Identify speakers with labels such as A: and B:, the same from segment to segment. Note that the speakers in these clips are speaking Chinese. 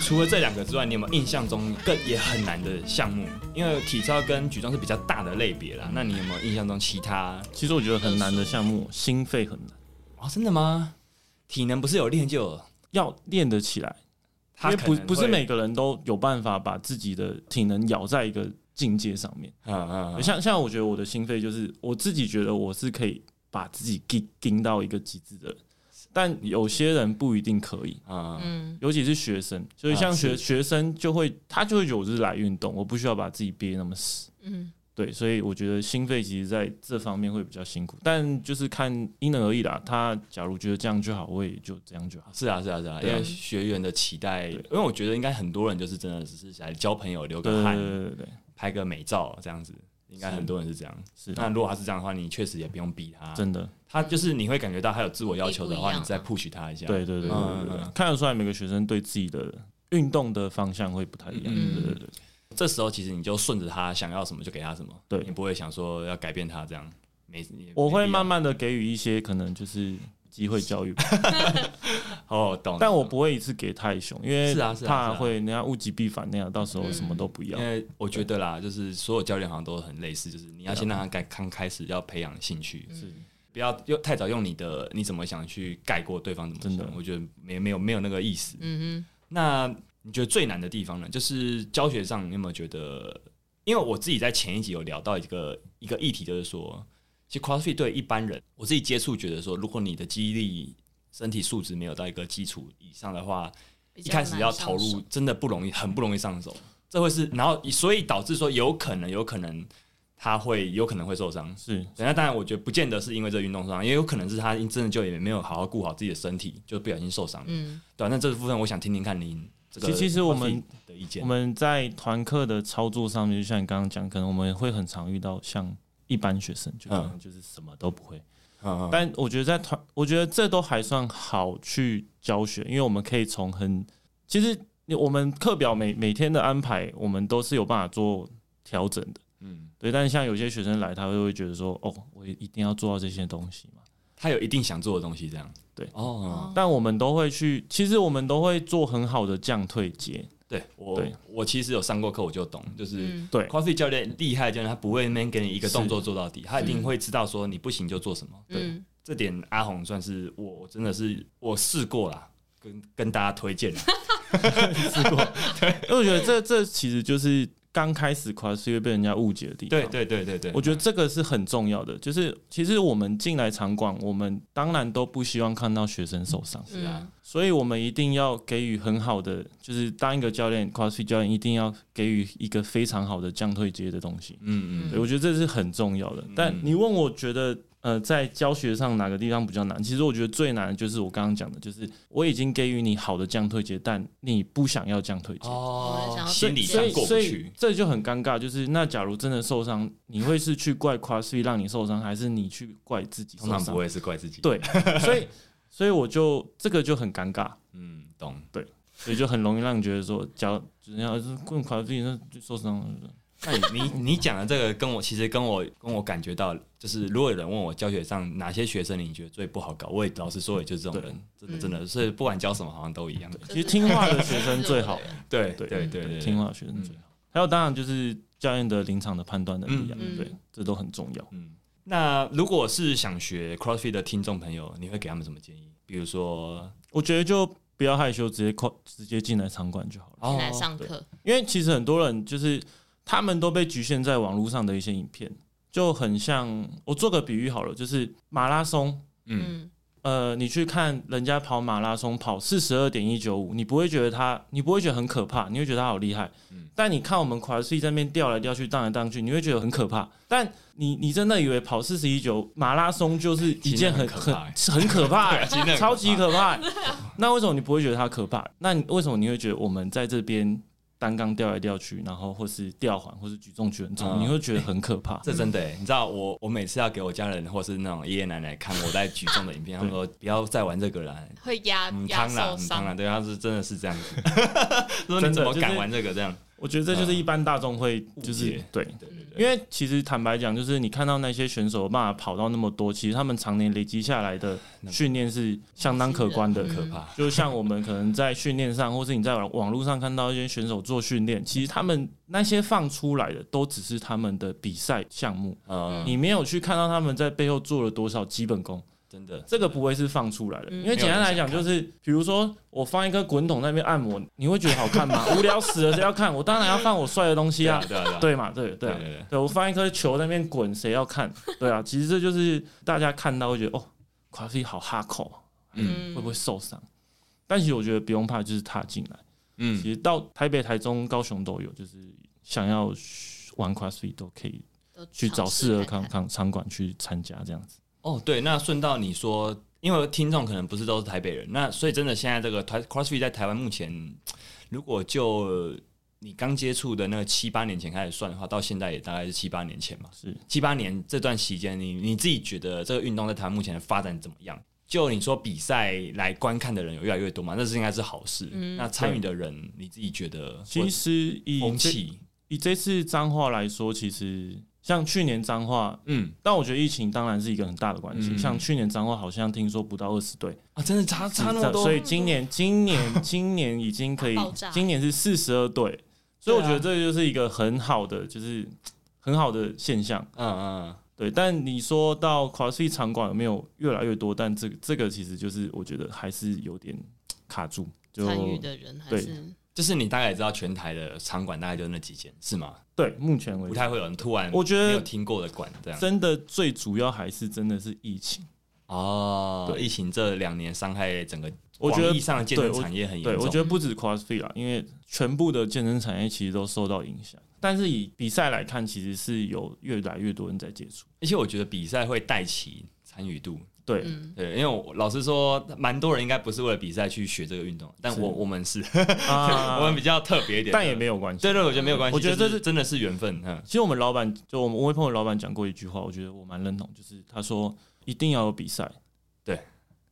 A: 除了这两个之外，你有没有印象中更也很难的项目？因为体操跟举重是比较大的类别啦。
B: 嗯
A: 那你有没有印象中其他？
B: 其实我觉得很难的项目，心肺很难，
A: 哦，真的吗？体能不是有练就有，
B: 要练得起来，因
A: 它
B: 为不
A: 可能
B: 不是
A: 会
B: 每个人都有办法把自己的体能咬在一个境界上面。
A: 嗯嗯嗯
B: 像像我觉得我的心肺就是我自己觉得我是可以把自己盯盯到一个极致的人，但有些人不一定可以，
A: 嗯嗯
C: 嗯，
B: 尤其是学生，所以
A: 啊
B: 像学、
A: 是
B: 学生就会他就会觉得我是来运动，我不需要把自己憋那么死。
C: 嗯，
B: 对，所以我觉得心肺其实在这方面会比较辛苦，但就是看因人而异啦。他假如觉得这样就好，我也就这样就好。
A: 是啊是啊是啊，因
B: 对啊
A: 为学员的期待，因为我觉得应该很多人就是真的只是来交朋友、流
B: 对
A: 个
B: 对
A: 汗、
B: 对对对，
A: 拍个美照这样子，应该
B: 是
A: 很多人是这样。
B: 是嗯
A: 那如果他是这样的话，你确实也不用逼他，
B: 真的。
A: 他就是你会感觉到他有自我要求的
C: 不一
A: 话，
C: 样啊
A: 你再 push 他一下。
B: 对对对对
A: 嗯
B: 对对
A: 嗯嗯
B: 看得出来每个学生对自己的运动的方向会不太一样。
A: 嗯
B: 对对对，
A: 这时候其实你就顺着他想要什么就给他什么，
B: 对
A: 你不会想说要改变他这样，没，你
B: 我会
A: 没必要
B: 慢慢的给予一些可能就是机会教育吧，
A: 哦懂，
B: 但我
A: 懂
B: 不会一次给太凶，因为
A: 是啊是啊
B: 怕
A: 是啊嗯
B: 会人家物极必反那样，到时候什么都不要
A: 因。为我觉得啦，就是所有教练好像都很类似，就是
B: 啊
A: 你要先让他该刚开始要培养兴趣，
B: 是
A: 不要用太早用你的你怎么想去盖过对方怎么
B: 真的
A: 想，我觉得没没有没有那个意思。
C: 嗯
A: 那你觉得最难的地方呢？就是教学上，你有没有觉得？因为我自己在前一集有聊到一个一个议题，就是说，其实 CrossFit 对一般人，我自己接触觉得说，如果你的记忆力、身体素质没有到一个基础以上的话，
C: 哼，
A: 一开始要投入，真的不容易，很不容易上手。这会是，然后所以导致说有可能，有可能他会有可能会受伤。
B: 是，
A: 等一下，当然我觉得不见得是因为这个运动受伤，也有可能是他真的就也没有好好顾好自己的身体，就不小心受伤。
C: 嗯，
A: 对啊、那这部分我想听听看您这个
B: 其其实我们
A: Buffy 的意见，
B: 我们在团课的操作上面，就像你刚刚讲，可能我们会很常遇到像一般学生，就可能就是什么都不会。
A: 嗯嗯
B: 但我觉得在团，我觉得这都还算好去教学，因为我们可以从很其实你我们课表每每天的安排，我们都是有办法做调整的。
A: 嗯，
B: 对，但是像有些学生来，他会会觉得说，哦，我一定要做到这些东西嘛。
A: 他有一定想做的东西，这样
B: 对
A: 哦，
B: 但我们都会去，其实我们都会做很好的降退节，
A: 对我
B: 对
A: 我其实有上过课，我就懂，就是。
C: 嗯
B: 对
A: c o f f e 教练厉害的教练，他不会那边给你一个
B: 是
A: 动作做到底，他一定会知道说你不行就做什么。
C: 嗯，
A: 这点阿红算是我真的是我试过啦，跟跟大家推荐啦。
B: 因为我觉得这这其实就是刚开始 cross 会被人家误解的地方。
A: 对对对对对，
B: 我觉得这个是很重要的，就是其实我们进来场馆，我们当然都不希望看到学生受伤，
A: 是啊，
B: 所以我们一定要给予很好的，就是当一个教练 crossfit 教练一定要给予一个非常好的降退阶的东西。
A: 嗯嗯
B: 对，我觉得这是很重要的。但你问我觉得，呃，在教学上哪个地方比较难？其实我觉得最难的就是我刚刚讲的，就是我已经给予你好的降退阶，但你不想要降退阶。
C: 我
A: 哦
C: 想，要
A: 心理上
B: 所以，
A: 过不
B: 所以
A: 去，
B: 这就很尴尬。就是那假如真的受伤，你会是去怪 CrossFit 让你受伤，还是你去怪自己
A: 通
B: 受
A: 常不
B: 伤？
A: 会是怪自己。
B: 对， 所以所以我就这个就很尴尬，
A: 嗯，懂。
B: 所以就很容易让你觉得说，假如只要是棍 CrossFit 那就受伤了。
A: 那你你你讲的这个跟我其实跟我跟我感觉到，就是如果有人问我教学上哪些学生你觉得最不好搞，我也老实说，也就是这种人，真的真的，所以不管教什么好像都一样。
B: 其实听话的学生最好，
A: 对
B: 对
A: 对对对，嗯
B: 听话的学生最好。还有当然就是教练的临场的判断能力啊，
C: 嗯嗯
B: 对，这都很重要。
A: 嗯，那如果是想学 CrossFit 的听众朋友，你会给他们什么建议？比如说，
B: 我觉得就不要害羞，直接 call 直接进来场馆就好了。
A: 哦
C: 来上课，
B: 因为其实很多人就是他们都被局限在网络上的一些影片，就很像我做个比喻好了，就是马拉松。
A: 嗯，
C: 嗯
B: 呃，你去看人家跑马拉松，跑四十二点一九五，你不会觉得他，你不会觉得很可怕，你会觉得他好厉害。
A: 嗯
B: 但你看我们 CrossFit 在那边掉来掉去、荡来荡去，你会觉得很可怕。但你你真的以为跑四十一九马拉松就是一件很
A: 其实很可
B: 很
A: 怕
B: 很 可怕、欸
A: 对啊其实很可怕
B: 超级可怕、 那为什么你不会觉得它可怕？那你为什么你会觉得我们在这边单杠掉来掉去，然后或是吊环或是举重举很重，
A: 嗯
B: 你会觉得很可怕？
A: 这真的欸、你知道我我每次要给我家人或是那种爷爷奶奶看我在举重的影片，他们说不要再玩这个了。
C: 会压
A: 嗯，
C: 压
A: 当然
C: 受，
A: 嗯当然，
C: 伤，
A: 对，他是真的是这样子，说
B: 真
A: 你
B: 的
A: 怎么
B: 就是
A: 敢玩这个这样？
B: 我觉得这就是一般大众会就是、
A: 解
B: 对，
A: 对对对，
B: 嗯因为其实坦白讲，就是你看到那些选手有办法跑到那么多，其实他们常年累积下来的训练是相当可观的。
C: 嗯
A: 可怕。
B: 就像我们可能在训练上，或是你在网网络上看到一些选手做训练，其实他们那些放出来的都只是他们的比赛项目，
A: 嗯，
B: 你没有去看到他们在背后做了多少基本功。
A: 真的，
B: 这个不会是放出来的，
C: 嗯
B: 因为简单来讲就是，比如说我放一个滚筒在那边按摩，你会觉得好看 吗？无聊死了，谁要看？我当然要放我帅的东西啊，
A: 对啊对啊，
B: 对嘛？对对
A: 对
B: 啊
A: 对对，
B: 对我放一颗球在那边滚，谁要看？对啊，其实这就是大家看到会觉得哦，c o f f e e 好哈口，
A: 嗯
B: 会不会受伤？但其实我觉得不用怕，就是踏进来。
A: 嗯，
B: 其实到台北、台中、高雄都有，就是想要玩 CrossFit 都可以
C: 都
B: 去找适合
C: 尝
B: 场
C: 试看看
B: 场场馆去参加这样子。
A: 哦，对，那顺道你说，因为听众可能不是都是台北人，那所以真的现在这个台 CrossFit 在台湾目前，如果就你刚接触的那个七八年前开始算的话，到现在也大概是七八年前嘛。
B: 是
A: 七八年这段期间，你你自己觉得这个运动在台湾目前的发展怎么样？就你说比赛来观看的人有越来越多嘛，那是应该是好事。
C: 嗯
A: 那参与的人，你自己觉得
B: 其实以
A: 风
B: 这
A: 气，
B: 以这次彰化来说，其实像去年彰化，
A: 嗯
B: 但我觉得疫情当然是一个很大的关系。
A: 嗯
B: 像去年彰化好像听说不到二十队，
A: 啊，真的差差那么多，
B: 所以今年 今年今年已经可以
C: 爆炸，
B: 今年是四十二队，所以我
A: 对啊
B: 觉得这就是一个很好的，就是很好的现象。
A: 嗯嗯，
B: 对，但你说到 CrossFit 场馆有没有越来越多？但这个这个其实就是我觉得还是有点卡住，就
C: 参与的人还
B: 对
C: 是
A: 就是你大概也知道全台的场馆大概就那几间是吗？
B: 对目前为
A: 不
B: 止，
A: 太会有人突然
B: 我觉得
A: 没有听过的馆这样
B: 真的最主要还是真的是疫情。
A: 哦。
B: 对
A: 疫情这两年伤害整个
B: 我觉得
A: 广义上的健身产业很
B: 对，
A: 严
B: 我
A: 重
B: 觉，得不止 CrossFit 啦，因为全部的健身产业其实都受到影响。但是以比赛来看，其实是有越来越多人在接触。
A: 而且我觉得比赛会带起参与度。
B: 对，
C: 嗯
A: 对，因为我老实说，蛮多人应该不是为了比赛去学这个运动，但
B: 是
A: 我我们是，
B: 啊
A: 我们比较特别一点，
B: 但也没有关系。
A: 对对，我觉得没有关系，
B: 我觉得
A: 就
B: 这是
A: 真的是缘分，嗯，
B: 其实我们老板就我们我位朋友老板讲过一句话，我觉得我蛮认同，就是他说一定要有比赛，
A: 对，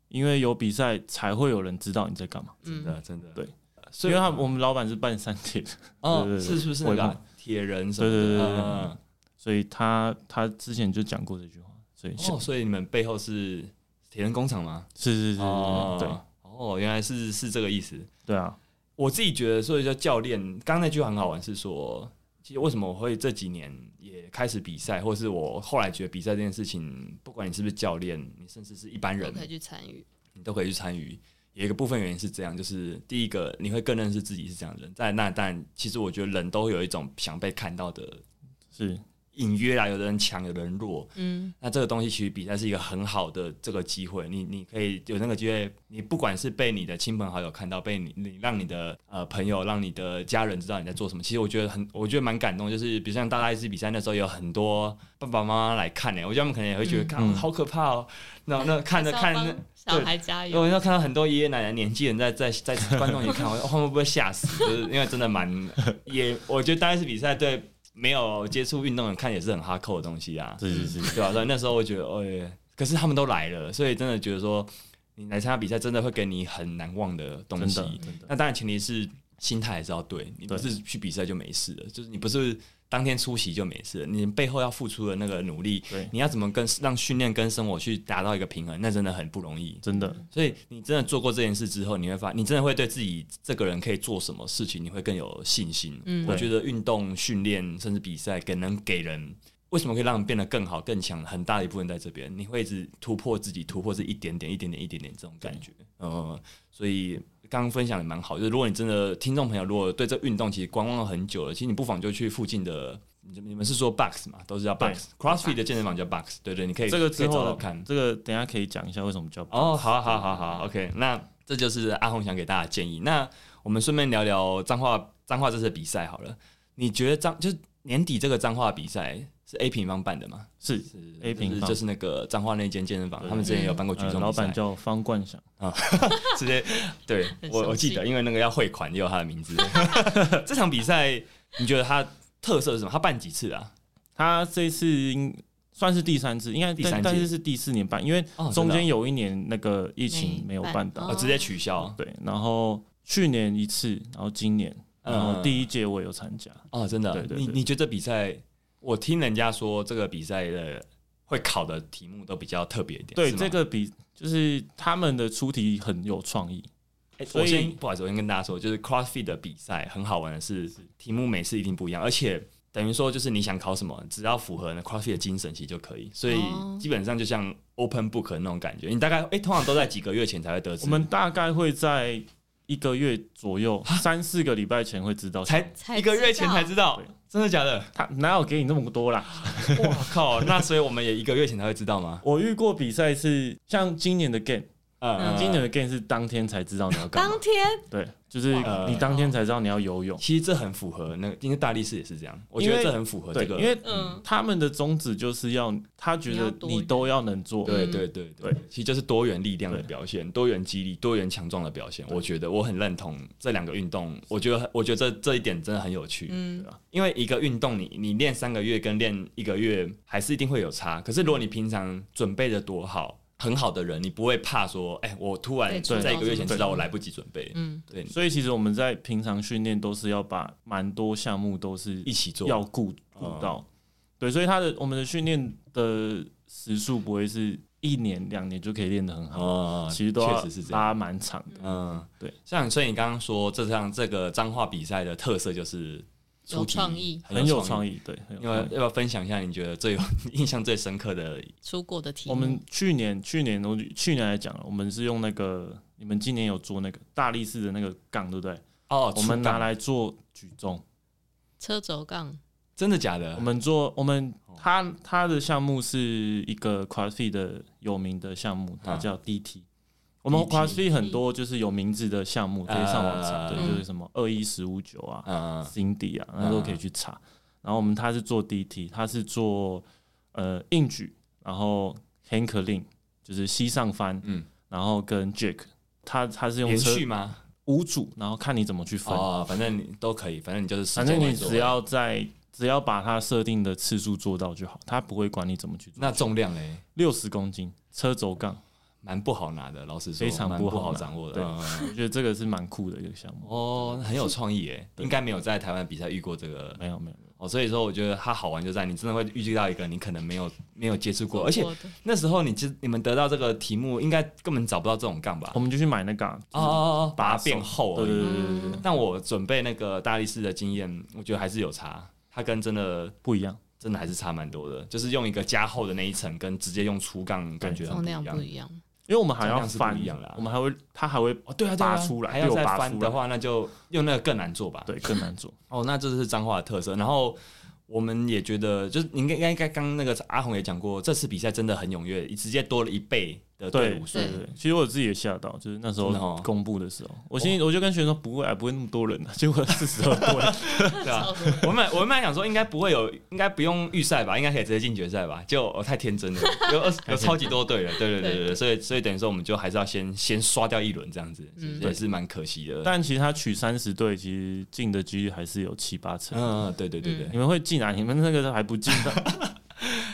B: 因为有比赛才会有人知道你在干嘛。
A: 真
C: 嗯，
A: 的真的，
B: 对
A: 所以
B: 因为他我们老板是办三铁的，
A: 哦
B: 对，对对
A: 是是不是那个
B: 我也
A: 啊铁人什么的？
B: 对对对对对
A: 嗯
B: 所以他他之前就讲过这句话，所以
A: 嗯
B: 是、
A: 哦，所以你们背后是铁人工厂吗？
B: 是是是是，
A: 哦，
B: 对
A: 哦，原来是是这个意思。
B: 对啊，
A: 我自己觉得，所以叫教练，刚刚那句话很好玩，是说，其实为什么我会这几年也开始比赛，或是我后来觉得比赛这件事情，不管你是不是教练，你甚至是一般
C: 都
A: 人，
C: 可以去参与，
A: 你都可以去参与。有一个部分原因是这样，就是第一个你会更认识自己是这样的人，在那但其实我觉得人都会有一种想被看到的
B: 是
A: 隐约啊啦，有的人强，有的人弱，
C: 嗯
A: 那这个东西其实比赛是一个很好的这个机会，你你可以有那个机会，你不管是被你的亲朋好友看到，被你你让你的呃朋友，让你的家人知道你在做什么，其实我觉得很，我觉得蛮感动。就是比如像大大一次比赛那时候，有很多爸爸妈妈来看呢、欸我觉得他们可能也会觉得，
C: 嗯
A: 看、好可怕哦、那那看着看
C: 还
A: 着
C: 是要帮。小孩加油，
A: 我要看到很多爷爷奶奶年纪人在在 在观众里看，我说哦他们会不会吓死？就是因为真的蛮也，我觉得大概是比赛对没有接触运动的人看也是很哈扣的东西啊。
B: 是是是，
A: 对啊，所以那时候我觉得，哎、可是他们都来了，所以真的觉得说，你来参加比赛真的会给你很难忘的东
B: 真
A: 西。
B: 的真的，
A: 那当然前提是心态还是要对，你不
B: 对
A: 是去比赛就没事了，就是你不是当天出席就没事了，你背后要付出的那个努力
B: 对，
A: 你要怎么跟让训练跟生活去达到一个平衡，那真的很不容易。
B: 真的
A: 所以你真的做过这件事之后，你会发，你真的会对自己这个人可以做什么事情，你会更有信心。
C: 嗯
A: 我觉得运动训练甚至比赛，给能给人为什么可以让人变得更好、更强，很大的一部分在这边，你会一直突破自己，突破自己一点点、一点点、一点点这种感觉。呃，所以刚刚分享的蛮好，就是如果你真的听众朋友，如果对这运动其实观望了很久了，其实你不妨就去附近的。你你们是说 box 嘛？都是叫
B: 对
A: box，CrossFit 的健身房叫 box，对对，你可以
B: 这个
A: 可
B: 之
A: 以找
B: 后
A: 找看。
B: 这个等一下可以讲一下为什么叫
A: 哦，好好好好，OK，那这就是阿红想给大家的建议。那我们顺便聊聊彰化彰化这次的比赛好了。你觉得彰就是年底这个彰化比赛是 A 平方办的吗？
B: 是
A: 是
B: A 平
A: 就是
B: 方
A: 就是那个彰化那间健身房，
B: 对
A: 他们之前也有办过举
B: 呃
A: 重
B: 老
A: 比赛，
B: 板叫方冠祥，
A: 直接 对
C: 很
A: 我我
C: 生气
A: 记得，因为那个要汇款也有他的名字。 这场比赛你觉得它特色是什么？他办几次啊？
B: 他这次应算是第三次，应该
A: 第三
B: 但
A: 届
B: 但是是第四年办，因为
A: 哦
B: 中
A: 真的
B: 间有一年那个疫情
C: 没
B: 没有
C: 办
A: 哦
B: 办到
A: 哦，，直接取消。
B: 对，然后去年一次，然后今年然后
A: 嗯
B: 第一届我有参加，
A: 哦，真的啊，
B: 对对
A: 你
B: 对
A: 你觉得比赛？我听人家说这个比赛的会考的题目都比较特别一点，
B: 对
A: 是吗
B: 这，个比就是他们的出题很有创意，
A: 哎
B: 所
A: 我
B: 以
A: 先不好意思，我先跟大家说，就是 CrossFit 的比赛很好玩的是，题目每次一定不一样，而且等于说就是你想考什么，只要符合那 CrossFit 的精神其实就可以，所以
C: 哦
A: 基本上就像 Open Book 的那种感觉，你大概哎、通常都在几个月前才会得知，
B: 我们大概会在一个月左右，三四个礼拜前会知道。
A: 才
C: 才
A: 一个月前才知道
B: 知道，
A: 真的假的？
B: 他哪有给你那么多啦？
A: 哇靠！那所以我们也一个月前才会知道吗？
B: 我遇过比赛是像今年的 game，、
A: 嗯，
B: 今年的 game 是当天才知道你要干嘛
C: 当，天
B: 对，就是
A: 呃
B: 你当天才知道你要游泳，
A: 其实这很符合那个，因为大力士也是这样，我
B: 因
A: 觉
B: 为
A: 得这很符合
B: 对，
A: 这个，
B: 因为
C: 嗯
B: 他们的宗旨就是要他觉
C: 你要
B: 得
C: 多
B: 你
C: 元
B: 都要能做，
A: 对对对对，
B: 对
A: 其实就是多元力量的
B: 对
A: 表现，多元激励、多元强壮的表现。我觉得我很认同这两个运动，我觉得我觉得这这一点真的很有趣，
C: 嗯
A: 因为一个运动你你练三个月跟练一个月还是一定会有差，可是如果你平常准备的多好。很好的人，你不会怕说，哎、我突然
C: 对
B: 对
A: 在一个月前
B: 对
A: 知道我来不及准备，
C: 嗯，
A: 对，
B: 所以其实我们在平常训练都是要把蛮多项目都是
A: 一起做，
B: 要顾顾到，
A: 啊
B: 对，所以他的我们的训练的时数不会是一年两年就可以练得很好，
A: 哦，
B: 其实都
A: 确
B: 要
A: 实是这样。
B: 拉蛮长的。
A: 嗯，
B: 对，
A: 像所以你刚刚说，这像这个脏话比赛的特色就是出
C: 有
A: 题
C: 创意
B: 很有创
A: 意。
B: 意，嗯对，很有
A: 因为
B: 创
A: 要不
B: 意。
A: 要分享一下你觉得最有 印象最深刻的？
C: 出过的题目，
B: 我们去年去年我去年来讲了，我们是用那个你们今年有做那个大力士的那个杠，对不对？
A: 哦，
B: 我们
A: 出杠
B: 拿来做举重，
C: 车轴杠
A: 真的假的？
B: 我们做我们
A: 哦
B: 他他的项目是一个 CrossFit 的有名的项目，它
A: 啊
B: 叫 DT。我们
A: DT
B: CrossFit 很多就是有名字的项目，可以上网查，
A: 啊
B: 对，就是什么二一十五九啊、
A: 嗯
B: Cindy 啊，那都可以去查。然后我们他是做 DT，他是做呃硬举，然后 Hankling 就是膝上翻，
A: 嗯，
B: 然后跟 Jack，他他是用
A: 连
B: 车
A: 续吗？
B: 五组，然后看你怎么去分。
A: 哦，反正你都可以，反正你就是时
B: 反
A: 间
B: 正你
A: 内做
B: 只要在只要把它设定的次数做到就好，他不会管你怎么去做。
A: 那重量嘞，
B: 六十公斤车轴杠，
A: 蛮不好拿的，老实说，
B: 非常
A: 蛮
B: 不
A: 不
B: 好
A: 好
B: 拿
A: 掌握的。
B: 对
A: 嗯
B: 我觉得这个是蛮酷的一个项目。
A: 哦，那很有创意诶，
B: 对
A: 应该没有在台湾比赛遇过这个
B: 没有没有，没有
A: 哦，所以说我觉得它好玩就在你真的会遇到一个你可能没有没有接触
B: 哦
A: 过，而且
C: 做的
A: 那时候你其实你们得到这个题目，应该根本找不到这种杠吧？
B: 我们就去买那个、啊，
A: 哦哦哦，把它
B: 把
A: 变
B: 手
A: 厚而
B: 对
A: 已。
B: 对对对对对，
A: 但我准备那个大力士的经验，我觉得还是有差，它跟真的
B: 不一样。
A: 真的还是差蛮多的，就是用一个加厚的那一层，跟直接用粗杠感觉很
C: 重
A: 不一
C: 量
A: 样
C: 不。一样，
B: 因为我们还
A: 重
B: 要
A: 量是不
B: 翻
A: 一样啦啊
B: 我们还会，他还会
A: 哦，对啊，对啊
B: 拔出来
A: 还要
B: 又
A: 再
B: 拔
A: 翻
B: 出
A: 的
B: 来
A: 话，那就用那个更难做吧。
B: 对更难做。
A: 哦，那这是彰化的特色。然后我们也觉得，就是你应该应该刚刚那个阿红也讲过，这次比赛真的很踊跃，直接多了一倍的队
B: 对
A: 伍，
B: 对对，其实我自己也吓到，就是那时
A: 真的
B: 候
A: 哦
B: 公布的时候，我心里我就跟学生说不会啊，不会那么多人啊， 结果四十二 多人，
A: 对啊吧、
C: 超 多
A: 我们我们本来想说应该不会有，应该不用预赛吧，应该可以直接进决赛吧？就我、哦太天真了，有 二十有超级多队了，对对对对对，所以所以等于说我们就还是要先先刷掉一轮这样子，
C: 嗯
A: 也是蛮可惜的。
B: 但其实他取三十队，其实进的几率还是有七八成。
A: 嗯，嗯对对对对，
B: 你们会进啊？你们那个还不进 的，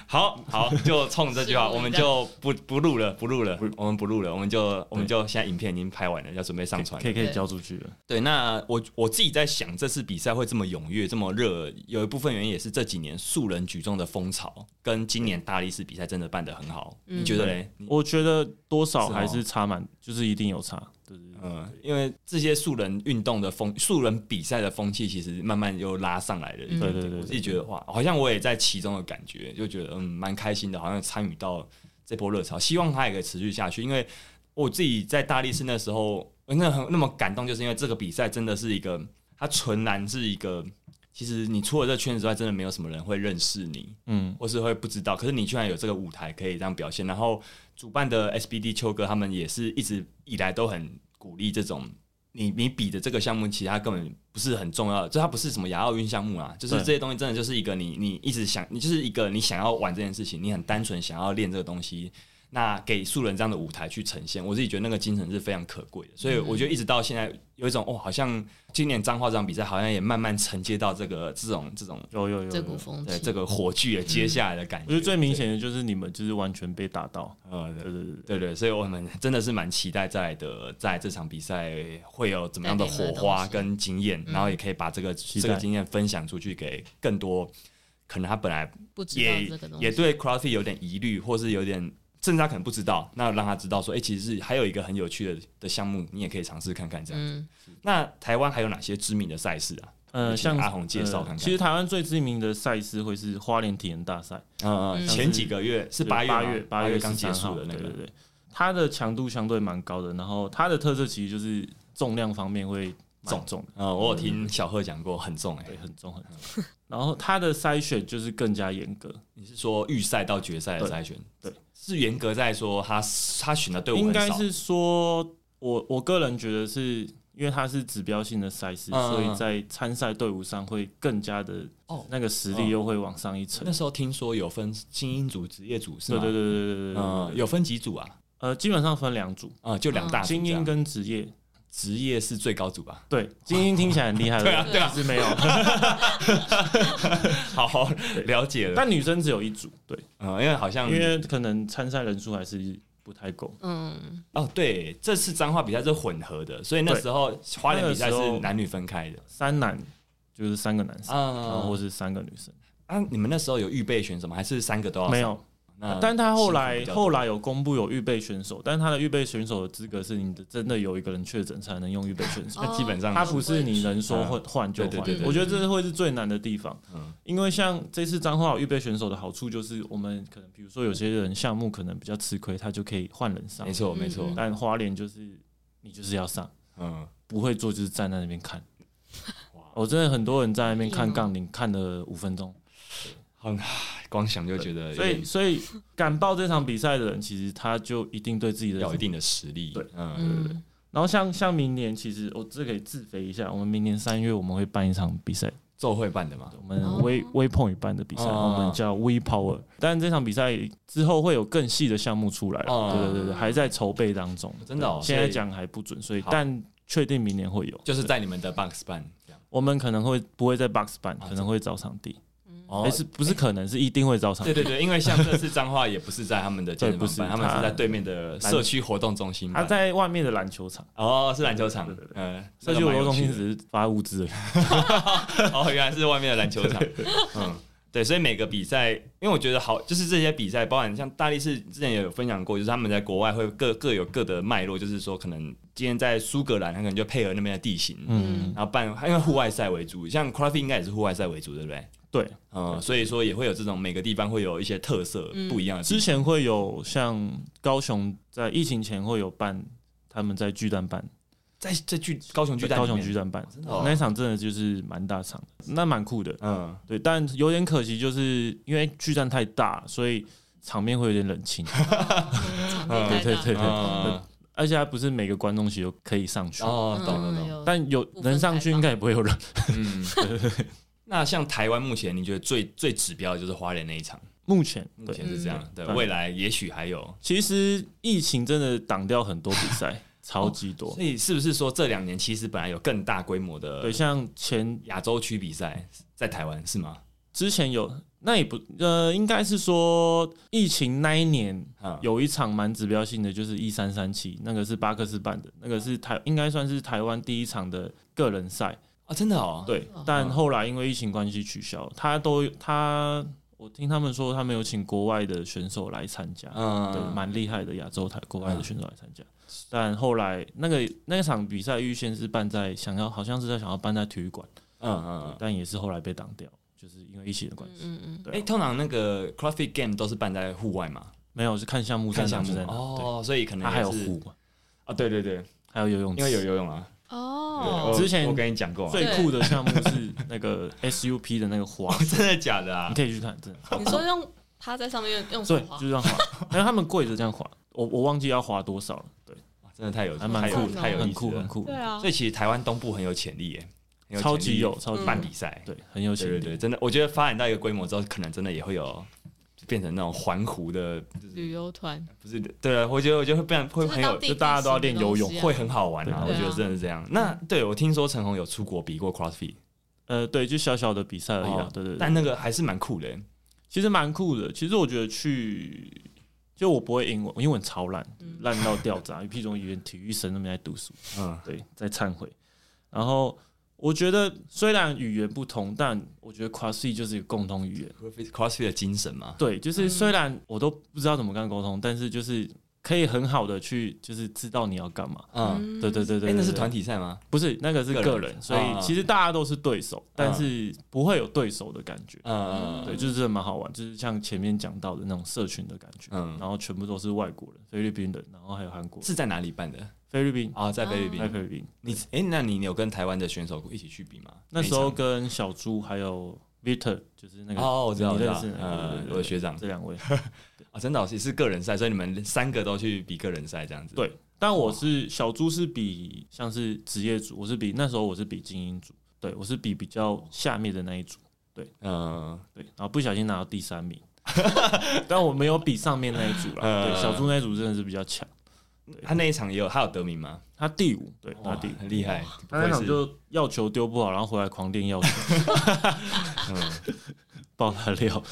A: 好好，就冲这句 话，
C: 是
A: 我们就不不录了，不录了，我们不录了，我们就我们就现在影片已经拍完了，要准备上传
B: 可以
A: 了。
B: 可以
C: 对
B: 交出去了。
A: 对，那我我自己在想，这次比赛会这么踊跃、这么热，有一部分原因也是这几年素人举重的风潮，跟今年大力士比赛真的办得很好。
C: 嗯
A: 你觉得嘞？你
B: 我觉得多少
A: 是哦
B: 还是差蛮，就是一定有差。对对对，
A: 嗯，因为这些素人运动的风、素人比赛的风气，其实慢慢又拉上来了。
C: 嗯
B: 对对对对
A: 我自己觉得哇，好像我也在其中的感觉，就觉得嗯蛮开心的，好像参与到这波热潮，希望它也可以持续下去。因为我自己在大力士那时候，我那很那么感动，就是因为这个比赛真的是一个，它纯然是一个，其实你除了这圈子之外，真的没有什么人会认识你。
B: 嗯，
A: 或是会不知道，可是你居然有这个舞台可以这样表现。然后主办的 SBD 秋哥他们也是一直以来都很鼓励这种你你比的这个项目，其实它根本不是很重要的，就它不是什么亚奥运项目啦，就是
B: 对
A: 这些东西真的就是一个你你一直想，你就是一个你想要玩这件事情，你很单纯想要练这个东西。那给素人这样的舞台去呈现，我自己觉得那个精神是非常可贵的。所
B: 嗯
A: 以我觉得一直到现在有一种哦，好像今年彰化这场比赛好像也慢慢承接到这个这种这种
B: 有有有
C: 这
B: 有
C: 股风
A: 对
C: 气，
A: 这个火炬也接下来的感觉。
B: 嗯我觉得最明显的就是你们就是完全被打到，
A: 对，呃，对
B: 对对
A: 对
B: 对，
A: 对，所以我们真的是蛮期待在的，在这场比赛会有怎么样的火花跟经验，
C: 嗯
A: 然后也可以把这个
B: 期待
A: 这个经验分享出去给更多可能他本来
C: 不知道
A: 也
C: 这个东
A: 也
C: 西，
A: 对 CrossFit 有点疑虑，或是有点甚至他可能不知道，那让他知道说，哎、其实是还有一个很有趣的的项目，你也可以尝试看看这样。
C: 嗯，
A: 那台湾还有哪些知名的赛事啊？
B: 呃，
A: 有请
B: 像
A: 阿红介绍看看
B: 呃其实台湾最知名的赛事会是花莲体验大赛，
A: 呃，
C: 嗯
A: 前几个月是
B: 对
A: 八月吗
B: 八月
A: 八
B: 月
A: 刚
B: 13
A: 结束
B: 号
A: 的那
B: 对
A: 个
B: 对对，它的强度相对蛮高的，然后它的特色其实就是重量方面会蛮
A: 重
B: 重的，
A: 呃，我有听小贺讲过，很重哎、
B: 对，很重很重。然后它的筛选就是更加严格，
A: 你是说预赛到决赛的
B: 对
A: 筛选？
B: 对，
A: 是严格在说他他选的队伍
B: 应
A: 很
B: 该
A: 少，
B: 是说，我我个人觉得是因为它是指标性的赛事，
A: 嗯嗯
B: 所以在参赛队伍上会更加的
A: 哦
B: 那个实力又会往上一层
A: 那。时候听说有分精英组、职业组是
B: 对
A: 吗？
B: 对对
A: 对
B: 对对对对
A: 嗯、
B: 对对，
A: 有分几组啊？
B: 呃，基本上分两组，
A: 呃，就两大组这样
B: 精英跟职业。
A: 职业是最高组吧？
B: 对，精英听起来很 厉害，
A: 对啊，对啊，
B: 其实没有，
A: 好 好了解了。
B: 但女生只有一组，对，
A: 嗯、因为好像
B: 因为可能参赛人数还是不太够。
C: 嗯，
A: 哦，对，这次脏话比赛是混合的，所以那
B: 对
A: 时候花莲比赛
B: 那个时
A: 是
B: 候
A: 男女分开的
B: 三男就是三个男生，然后
A: 啊
B: 或。是三个女生，
A: 啊，你们那时候有预备选什么？还是三个都要？
B: 没，有。
A: 那
B: 但他后
A: 辛苦
B: 来
A: 比较多
B: 后来有公布有预备选手，但他的预备选手的资格是你的真的有一个人确诊才能用预备选 手，
A: 那基本上
C: 哦
B: 他不是你能说换换就
A: 啊对
B: 换
A: 对
C: 对。对
B: 我觉得这会是最难的地方
A: 嗯，
B: 因为像这次彰化有预备选手的好处就是，我们可能比如说有些人项目可能比较吃亏，他就可以换人上
A: 没，错，没错
C: 嗯，
B: 但花莲就是你就是要上，
A: 嗯，
B: 不会做就是站在那边看
A: 哇。
B: 我真的很多人在那边看
C: 硬哦
B: 杠铃看了五分钟，
A: 光想就觉得有
B: 所以
A: 点
B: 所以敢报这场比赛的人，其实他就一定对自己的
A: 要有一定的实力。
B: 对，
A: 嗯，
C: 嗯，
B: 然后像像明年，其实我、这可以自肥一下，我们明年三月我们会办一场比赛，
A: 奏会办的嘛，
B: 我们
C: 哦
B: 微微碰一办的比赛，
A: 哦
B: 我们叫 We Power。但这场比赛之后会有更细的项目出来了，
A: 哦
B: 对对对对，还在筹备当中，
A: 真的哦
B: 对
A: 所以
B: 现在讲还不准，所以
A: 好
B: 但确定明年会有，
A: 就是在你们的 box 办这样。
B: 我们可能会不会在 Box 办，
A: 哦
B: 可能会找场地，
A: 哦
B: 还是不是可能是一定会找 场
A: 对
B: 地？
A: 对对，因为像这次彰化也不是在他们的健身
B: 对不
A: 房
B: 是
A: 办，他们是
B: 他
A: 在对面的社区活动中心
B: 他
A: 办。
B: 在外面的篮球场，
A: 哦，是篮球场
B: 对对，对
A: 嗯，
B: 社区活动
A: 那
B: 中
A: 个蛮有趣
B: 心
A: 的
B: 只是发物资而已。
A: 哦，原来是外面的篮球 场。嗯，对，所以每个比赛，因为我觉得好，就是这些比赛，包含像大力士之前也有分享过，就是他们在国外会各各有各的脉络，就是说可能今天在苏格兰，他可能就配合那边的地形，
B: 嗯，
A: 然后办，因为户外赛为主，像 CrossFit 应该也是户外赛为主，对不对？
B: 对。
A: 嗯，所以说也会有这种每个地方会有一些特色
C: 嗯
A: 不一样的地
B: 之
A: 方。
B: 前会有像高雄在疫情前会有办，他们在巨蛋办，
A: 在在巨高雄巨蛋，
B: 高雄巨，蛋办、
A: 真的哦
B: 那一场真的就是蛮大场的，那蛮酷的。
A: 嗯，
B: 对，但有点可惜，就是因为巨蛋太大，所以场面会有点冷 清，
C: 场地太
B: 对对
C: 大，
B: 对
A: 嗯
B: 而且它不是每个观众席都可以上去。
A: 哦，懂了
C: 嗯
A: 懂了，
C: 有
B: 但有
C: 部分
B: 能上去，应该也不会有人。
A: 嗯。那像台湾目前，你觉得最最指标的就是花莲那一场，
B: 目前
A: 目
B: 对，嗯
A: 前是这样，对，
B: 对
A: 未来也许还有，
B: 其实疫情真的挡掉很多比 赛，超级多
A: 所。以是不是说这两年其实本来有更大规模的
B: 对，像前
A: 亚洲区比赛在台湾是吗？
B: 之前有，那也不呃，应该是说疫情那一年
A: 嗯，
B: 有一场蛮指标性的，就是一三三七，那个是巴克斯办的，那个是台应该算是台湾第一场的个人赛，
A: 啊，真的哦，
B: 对
C: 哦。
B: 但后来因为疫情关系取消，他都他我听他们说，他们有请国外的选手来参加，对，
A: 嗯，
B: 蛮厉害的亚洲台国外的选手来参加。但后来那个那场比赛预先是办在想要好像是在想要办在体育馆，
A: 嗯嗯。
B: 但也是后来被挡掉，就是因为疫情的关系。
C: 嗯嗯
A: 哎、通常那个 CrossFit Game 都是办在户外嘛，
B: 没有，是看项目
A: 看
B: 在哪
A: 项
B: 就
A: 目
B: 在哪。对，
A: 哦，所以可能
B: 它还有
A: 也是
B: 湖嘛，
A: 啊，对对对，
B: 还有游泳池。
A: 因为有游泳啊，
C: 嗯，
A: 对我
C: 哦，
B: 之前
A: 我跟你讲过、啊，
B: 最酷的项目是那个 SUP 的那个滑，
A: 真的假的啊
B: 你？可以去看，真的。
C: 你说用趴在上面用用手
B: 对，
C: 滑
B: 就，是这样滑，因为他们跪着这样滑，我我忘记要滑多少了。对，
A: 真的太有，
B: 嗯还蛮
A: 太有
B: 酷
C: 的
A: 太有
B: 很
A: 意思
B: 酷，
A: 了
B: 很。酷，
C: 对啊
A: 所，以其实台湾东部很有潜力耶，很
B: 超
A: 潜
B: 级
A: 力
B: 有，超级有
C: 嗯
B: 嗯
A: 办比赛。
B: 对，很有
A: 对
B: 潜
A: 对
B: 力。
A: 对，真的，我觉得发展到一个规模之后，可能真的也会有变成那种环湖的，
C: 旅
A: 啊
C: 游团，
A: 不是对啊，我觉得我觉得会变会
C: 就是
A: 很有
C: 当地
B: 就大家都要练游泳
C: 地形的东西啊
A: 会很好玩啊，我
C: 对啊
A: 觉得真的是这样。那对我听说陈红有出国比过 CrossFit，
B: 呃，对，就小小的比赛而已啊
A: 哦，
B: 对对对，
A: 但那个还是蛮酷的欸。
B: 其实蛮酷的。其实我觉得去，就我不会英文，我英文超烂，
C: 嗯
B: 烂到掉渣，一屁中语言体育生那边在读书，
A: 嗯，
B: 对，在忏悔。然后我觉得虽然语言不同，但我觉得 CrossFit 就是一个共同语言。
A: CrossFit 的精神嘛，
B: 对，就是
C: 嗯
B: 虽然我都不知道怎么跟他沟通，但是就是可以很好的去，就是知道你要干嘛。
A: 嗯，
B: 对对对对
A: 哎，那是团
B: 体，
A: 体赛吗？
B: 不是那个是
A: 个人
B: 个人，所
A: 啊
B: 以其实大家都是对手，但是不会有对手的感觉。
A: 嗯
B: 对，就是真的蛮好玩，就是像前面讲到的那种社群的感觉，
A: 嗯，
B: 然后全部都是外国人，菲律宾人，然后还有韩国人，
A: 是在哪里办的？
B: 菲律宾，
A: 啊，在菲律宾
B: 在。菲律宾。
A: 你哎，那你有跟台湾的选手一起去比吗？
B: 那时候
A: 那
B: 跟小猪还有 Victor，就是那
A: 一
B: 个
A: 场哦，我知道，我
B: 你
A: 知
B: 认
A: 道
B: 识，那个对
A: 呃
B: 对，对
A: 我的学长
B: 这两位，
A: 啊，真的哦也是个人赛，所以你们三个都去比个人赛这样子。
B: 对但我是小猪是比像是职业组，我是比那时候我是比精英组，对我是比比较下面的那一组，
A: 嗯，
B: 对，然后不小心拿到第三名， 但我没有比上面那一组啦，
A: 呃
B: 对，小猪那一组真的是比较强，
A: 他那一场也有，他有得名吗？
B: 他第五，对，
A: 哇
B: 他第五，
A: 很厉害，
B: 他那场就药球丢不好，然后回来狂练药球，
A: 嗯，
B: 爆他料，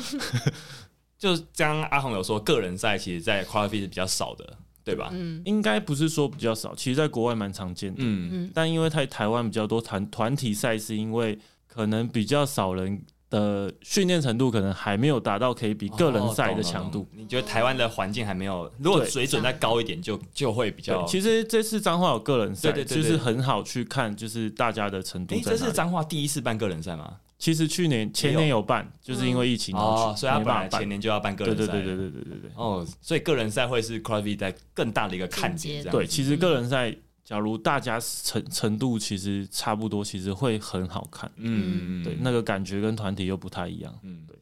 A: 就刚刚阿红有说，个人赛其实在 qualify 是比较少的，对吧？
C: 嗯
B: 应该不是说比较少，其实在国外蛮常见的，
A: 嗯，
C: 嗯
B: 但因为在台湾比较多团团体赛，是因为可能比较少人的训练程度，可能还没有达到可以比个人赛的强
A: 哦
B: 度。
A: 懂懂懂你觉得台湾的环境还没有，如果
B: 对
A: 水准再高一点就，就会比较
B: 对，。其实这次彰化有个人赛，
A: 对对对对
B: 就是很好去看，就是大家的程度
A: 哎，
B: 在
A: 这
B: 哪
A: 是
B: 里。
A: 彰化第一次办个人赛吗？
B: 其实去年前年有办，就是因为疫情然后
A: 哦，
B: 去
A: 所以他
B: 没
A: 本
B: 办
A: 来
B: 法办
A: 前年就要办个
B: 对
A: 人赛，
B: 对对对对对对对
A: 哦，所以个人赛会是 qualify 在更大的一个看点，这样子
B: 对。对，其实个人赛，假如大家程程度其实差不多，其实会很好看。
A: 嗯，
B: 对，那个感觉跟团体又不太一样。
A: 嗯，对
B: 对。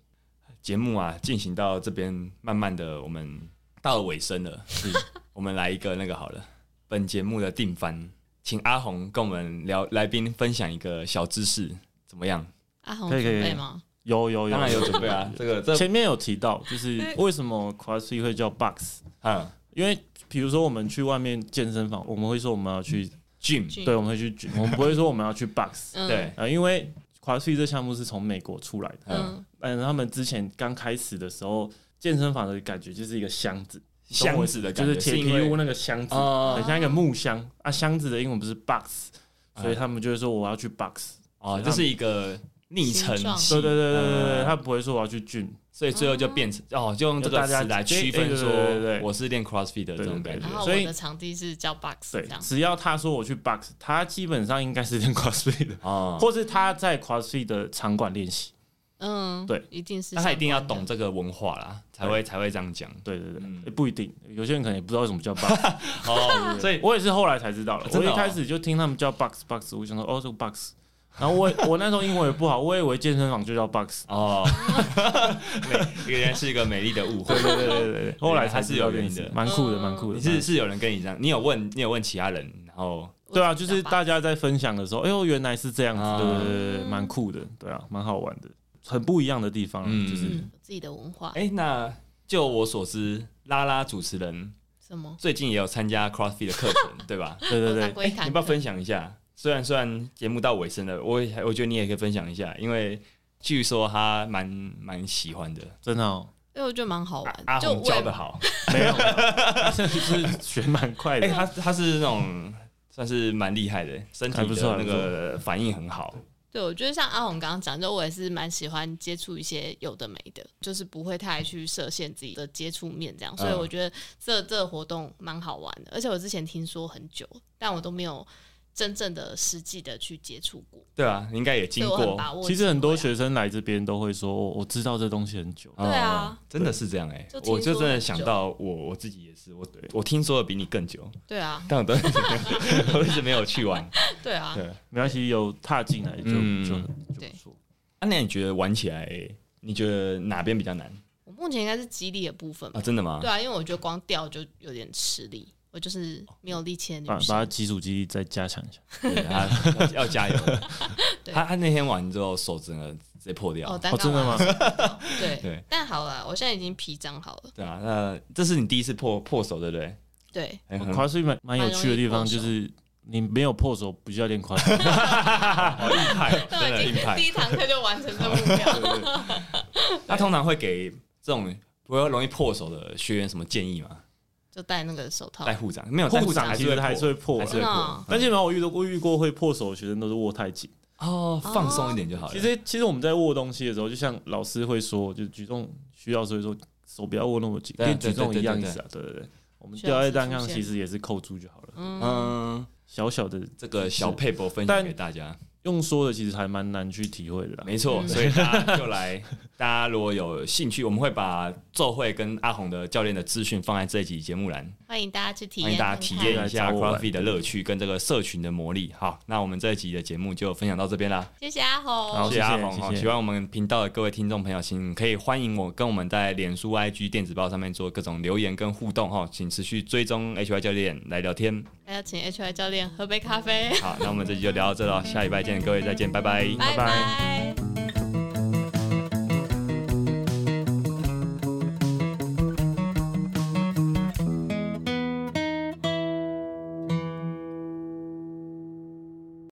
A: 节目啊，进行到这边，慢慢的我们到了尾声了，是， 我们来一个那个好了，本节目的定番，请阿红跟我们聊来宾分享一个小知识，怎么样？
C: 阿红
B: 可以
C: 啊准
B: 可以
C: 备吗？
B: 有哦有有，
A: 当然有准备啊，这个这
B: 前面有提到，就是为什么 CrossFit 会叫 Box，
A: 嗯
B: 因为比如说我们去外面健身房，我们会说我们要去，
A: ，Jim，
C: Gym
B: 对，我们会去 gym，我们不会说我们要去 Box
C: 嗯
A: 对，
B: 啊、呃因为 CrossFit 这项目是从美国出来的，
A: 嗯，
C: 嗯
B: 嗯，他们之前刚开始的时候，健身房的感觉就是一个箱子，
A: 箱子的
B: 就
A: 感觉
B: 是铁
A: 因
B: 皮
A: 为
B: 屋那个箱子，
A: 哦
B: 很像一个木箱啊，箱子的英文不是 Box，所以
A: 嗯
B: 他们就会说我要去 Box，
A: 哦，这是一个昵称
C: 形状，
A: 系
B: 对对对对对对，
A: 嗯
B: 他不会说我要去 gym，
A: 所以最后就变成哦，就用这个
B: 大家
A: 词来
B: 就
A: 区
B: 哎
A: 分
B: 对
A: 说
B: 对对对对
A: 我是练 CrossFit 的这种
B: 对
A: 感
B: 对
A: 觉
C: 然，后
B: 所
C: 我
B: 以
C: 的场地是叫 box 这
B: 对，
C: 样，
B: 只要他说我去 Box，他基本上应该是练 CrossFit 的。
A: 哦，
B: 或是他在 CrossFit 的场馆练习。
C: 嗯，
B: 对，
C: 一定是
A: 那他一定要懂
C: 相
A: 这个文化啦，才会才会这 样讲。
B: 对对对，
A: 嗯
B: 欸不一定，有些人可能也不知道为什么叫 box，
A: 哦，所以
B: 我也是后来才知道了。
A: 真
B: 我
A: 的哦
B: 一开始就听他们叫 box box，我想说哦这个 box，然后我也 我那时候英文也不好，我以为健身房就叫 box，
A: 哦，美原来是一个美丽的误会。对对对对对，
B: 后来
A: 它
B: 才
A: 是
B: 知道
A: 有
B: 这
A: 原
B: 件
A: 因
B: 事
A: 的，。
B: 蛮酷的，
C: 嗯
B: 蛮酷的。
A: 你是
B: 蛮
A: 是有人跟你这样，你有问你有问其他人，然后
C: 关的，
B: 对啊，就是
C: 大
B: 大家在分享的时候，哎呦原来是这样子，
A: 啊
B: 对对对对，蛮酷的，对啊，蛮好玩的，很不一样的地方啊，
A: 嗯
B: 就是
C: 嗯自己的文化
A: 哎，那就我所知，拉拉主持人
C: 什么
A: 最近也有参加 CrossFit 的课程， 对吧？
B: 对对
C: 都在
B: 对，
C: 归
A: 哎你
C: 谈，
A: 要不要分享一下？虽然虽然节目到尾声了，我也我觉得你也可以分享一下，因为据说他蛮蛮喜欢的，
B: 真的哦，
C: 因为我觉得蛮好玩，
A: 阿
C: 就
A: 红
C: 我
A: 教的
C: 也
A: 好，
B: 没有， 真的是学蛮快
A: 哎、
B: 的，
A: 他他是那种算是蛮厉害的，身体
B: 还不错
A: 的
B: 还
A: 那
B: 不错
A: 个反应很好。
C: 对我觉得像阿红刚刚讲，就我也是蛮喜欢接触一些有的没的，就是不会太去设限自己的接触面这样，所以
A: 嗯
C: 我觉得这这个活动蛮好玩的，而且我之前听说很久，但我都没有真正的实际的去接触过，
A: 对啊，应该也
C: 所以
A: 经
C: 我很
A: 过。
C: 把握机会啊。
B: 其实很多学生来这边都会说，我哦我知道这东西很久，
A: 嗯
C: 对啊，
A: 真的是这样哎、
C: 就听说
A: 我就真的想到我我自己也是，我我听说的比你更久，
C: 对啊，
A: 但我都 我一直没有去玩。
C: 对啊，
A: 对，
B: 没关系，有踏进来就
A: 嗯
B: 就就
C: 对
B: 不错。
A: 啊，那你觉得玩起来，你觉得哪边比较难
C: 我目前应该是激励的部分
A: 啊？，
C: 吧
A: 真的吗？
C: 对啊，因为我觉得光掉就有点吃力，我就是没有力气的女
B: 把把他
C: 生。
B: 基础肌力再加强一下。
A: 对他要要加油。
C: 对
A: 他他那天玩之后手整个直接破掉。
C: 哦，蛋
B: 哦，
C: 糕
B: 真的吗
C: 啊？？对
A: 对
C: 但好了，我现在已经皮张好了。
A: 对啊，那这是你第一次破破手，对不对？
C: 对，
A: 很很
B: 跨 y 蛮蛮有趣的地方就是你没有破手，不叫练 跨 y
A: 好硬派
B: 啊
A: 哦，
C: 那
A: 真
C: 我
A: 的
C: 已
A: 硬
C: 经
A: 派
C: 第。一堂课就完成这目标。
A: 他通常会给这种不要容易破手的学员什么建议吗？
C: 就戴那个手 套
A: 戴。护掌没有？戴
B: 护掌
A: 还
B: 其
A: 是会
B: 实还
A: 破
B: 是会破
A: 还
B: 啦，
A: 是会
C: 真的
A: 破啊
C: 哦。
B: 但基本上我遇到过遇过会破手的学生都是握太紧。
A: 哦，放松一点就好了。
B: 其实其实我们在握东西的时候，就像老师会说，就举重徐老师会说手不要握那么紧，
A: 对啊
B: 跟举重
A: 对对
B: 一样意
A: 对
B: 思啊。对对对，我们
C: 徐
B: 吊
C: 老
B: 在
C: 师
B: 单
C: 出
B: 杠
C: 现
B: 其实也是扣住就好了，
C: 嗯，
A: 嗯，
B: 小小的
A: 这个小
B: 是
A: 配博分享
B: 但
A: 给大家，
B: 用说的其实还蛮难去体会的啦。
A: 没错。
C: 嗯
A: 所以大家就来，大家如果有兴趣，我们会把奏慧跟阿红的教练的资讯放在这一集节目栏。
C: 欢迎大家去体验，
A: 欢迎大家体验一下
B: 看看
A: CrossFit 的乐趣跟这个社群的魔力。好，那我们这一集的节目就分享到这边啦，
C: 谢谢阿
B: 好
C: 红，
A: 谢阿
B: 谢谢
A: 红哦。
B: 谢谢
A: 喜欢我们频道的各位听众朋友，请可以欢迎我跟我们在脸书、IG 电子报上面做各种留言跟互动哈，请持续追踪 HY 教练来聊天。
C: 还要请 HY 教练喝杯咖啡，
A: 嗯好，那我们这集就聊到这了，下礼拜见，各位再见，拜拜
C: 拜拜。